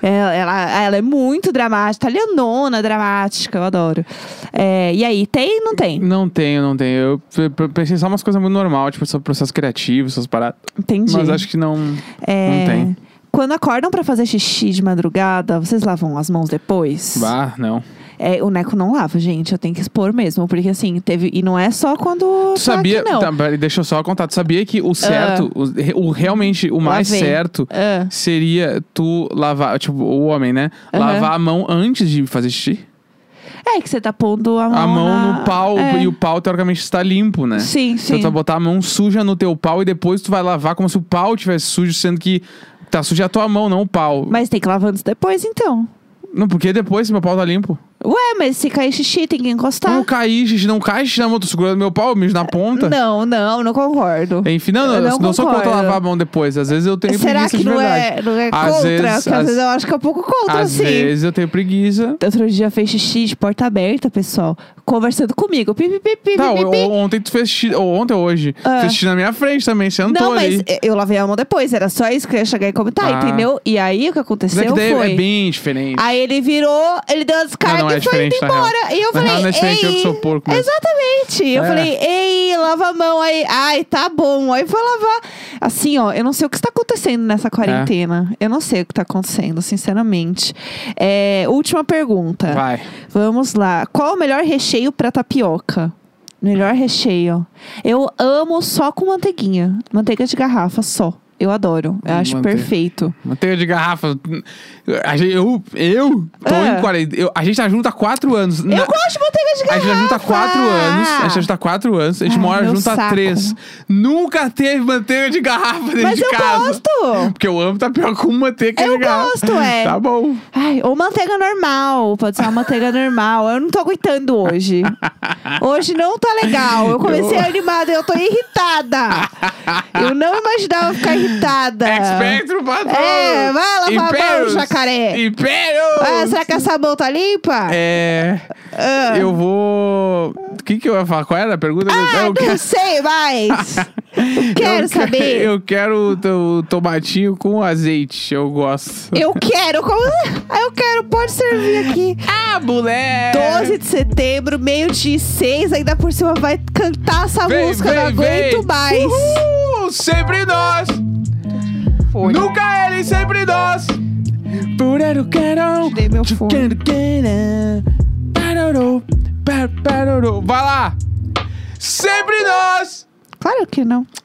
Speaker 2: É?
Speaker 1: Ela, ela, ela é muito dramática, italianona dramática, eu adoro. É, e aí, tem não tem?
Speaker 2: Não tenho, não tenho. Eu pe- pe- pensei só umas coisas muito normal, tipo, sobre processo criativo, essas paradas.
Speaker 1: Entendi.
Speaker 2: Mas acho que não.
Speaker 1: É,
Speaker 2: Não tem.
Speaker 1: Quando acordam pra fazer xixi de madrugada, vocês lavam as mãos depois?
Speaker 2: Bah, Ah, não.
Speaker 1: É, o Neco não lava, gente. Eu tenho que expor mesmo. Porque assim, teve. E não é só quando.
Speaker 2: Tu
Speaker 1: tá aqui,
Speaker 2: sabia.
Speaker 1: não. Ah.
Speaker 2: Tá, peraí, deixa eu só contar. Tu sabia que o certo, o, o realmente o mais
Speaker 1: vem.
Speaker 2: certo
Speaker 1: Ah,
Speaker 2: seria tu lavar, tipo, o homem, né?
Speaker 1: Aham.
Speaker 2: Lavar a mão antes de fazer xixi.
Speaker 1: É que você tá pondo a mão.
Speaker 2: a mão
Speaker 1: na-
Speaker 2: no pau,
Speaker 1: É.
Speaker 2: e o pau teoricamente está limpo, né?
Speaker 1: Sim,
Speaker 2: Então
Speaker 1: sim.
Speaker 2: tu vai botar a mão suja no teu pau e depois tu vai lavar como se o pau tivesse sujo, sendo que tá suja a tua mão, não o pau.
Speaker 1: Mas tem que lavar antes depois, então.
Speaker 2: Não, porque depois se meu pau tá limpo.
Speaker 1: Ué, mas se cair xixi, tem que encostar.
Speaker 2: Não caí, xixi, não Um cai, xixi na mão, tu segurando meu pau, eu mijo na ponta.
Speaker 1: Tá. Não, não, não concordo.
Speaker 2: Enfim, não, não,
Speaker 1: Eu
Speaker 2: eu
Speaker 1: não
Speaker 2: não, sou contra
Speaker 1: concordo.
Speaker 2: lavar a mão depois. Às vezes eu tenho
Speaker 1: Será
Speaker 2: preguiça
Speaker 1: que
Speaker 2: de
Speaker 1: não
Speaker 2: verdade.
Speaker 1: é, não é
Speaker 2: Às
Speaker 1: contra?
Speaker 2: vezes-
Speaker 1: Porque às
Speaker 2: às-
Speaker 1: vezes eu acho que é um pouco contra,
Speaker 2: Às
Speaker 1: sim.
Speaker 2: vezes eu tenho preguiça.
Speaker 1: Outro dia fez xixi de porta aberta, pessoal. Conversando comigo. Pi, pi, pi, pi,
Speaker 2: Não,
Speaker 1: pi, pi,
Speaker 2: eu-
Speaker 1: pi.
Speaker 2: ontem tu fez xixi, ou ontem ou hoje,
Speaker 1: Ah.
Speaker 2: fez xixi na minha frente também, sentou
Speaker 1: Não, mas
Speaker 2: ali.
Speaker 1: eu lavei a mão depois, era só isso que eu ia chegar e comentar,
Speaker 2: Ah.
Speaker 1: entendeu? E aí o que
Speaker 2: Mas é
Speaker 1: aconteceu
Speaker 2: que daí
Speaker 1: foi.
Speaker 2: é bem diferente.
Speaker 1: Aí ele virou, ele deu uma
Speaker 2: Não,
Speaker 1: descarga
Speaker 2: não
Speaker 1: e
Speaker 2: é
Speaker 1: foi indo
Speaker 2: diferente, na real.
Speaker 1: embora. E eu
Speaker 2: Na
Speaker 1: falei,
Speaker 2: real, não é diferente,
Speaker 1: ei.
Speaker 2: eu que sou porco mesmo.
Speaker 1: Exatamente. Eu
Speaker 2: É.
Speaker 1: falei, ei, lava a mão aí. Ai, tá bom. Aí foi lavar. Assim, ó, eu não sei o que está acontecendo
Speaker 2: É.
Speaker 1: nessa quarentena. Eu não sei o que está acontecendo, sinceramente. É, última pergunta.
Speaker 2: Vai.
Speaker 1: Vamos lá. Qual o melhor recheio pra tapioca? Melhor recheio. Eu amo só com manteiguinha. Manteiga de garrafa só. Eu adoro. Eu
Speaker 2: Hum,
Speaker 1: acho
Speaker 2: manteiga.
Speaker 1: perfeito.
Speaker 2: Manteiga de garrafa. A gente- eu, eu tô
Speaker 1: Ah.
Speaker 2: em 40. eu- a gente tá junto há 4 anos. Na-
Speaker 1: Eu gosto de manteiga de
Speaker 2: a
Speaker 1: garrafa.
Speaker 2: gente tá junto há 4 anos. A gente tá junto há 4 anos. A gente
Speaker 1: Ah,
Speaker 2: mora
Speaker 1: meu
Speaker 2: junto há
Speaker 1: saco. né?
Speaker 2: 3. Nunca teve manteiga de garrafa dentro
Speaker 1: Mas
Speaker 2: de
Speaker 1: eu
Speaker 2: casa.
Speaker 1: gosto.
Speaker 2: Porque eu amo tapioca com manteiga
Speaker 1: Eu
Speaker 2: de garrafa.
Speaker 1: gosto, é.
Speaker 2: Tá bom.
Speaker 1: Ai, ou manteiga normal. Pode ser uma manteiga normal. Eu não tô aguentando hoje. Hoje não tá legal. Eu comecei
Speaker 2: Eu-
Speaker 1: animada, eu tô irritada. Eu não imaginava ficar irritada.
Speaker 2: Espectro patrão.
Speaker 1: Tá. É, vai lavar a mão, jacaré.
Speaker 2: Impérios.
Speaker 1: Ah, será que essa mão tá limpa?
Speaker 2: É. Eu vou. O que, que eu ia falar? Qual era a pergunta?
Speaker 1: Ah,
Speaker 2: eu
Speaker 1: não sei mais. Eu quero
Speaker 2: Eu que-
Speaker 1: saber.
Speaker 2: Eu quero o teu tomatinho com azeite. Eu gosto.
Speaker 1: Eu quero, como... Ah, Eu quero, pode servir aqui.
Speaker 2: Ah, moleque!
Speaker 1: 12 de setembro, meio-dia e seis, ainda por cima vai cantar essa
Speaker 2: Vem,
Speaker 1: então, música,
Speaker 2: vem,
Speaker 1: não aguento
Speaker 2: vem.
Speaker 1: mais.
Speaker 2: Uhul! Sempre nós!
Speaker 1: Foi.
Speaker 2: Nunca ele, sempre nós! Por eu quero.
Speaker 1: Tirei meu fone.
Speaker 2: quero, quero. Pararou, par- pararou. Vai lá! Sempre nós!
Speaker 1: Claro que não.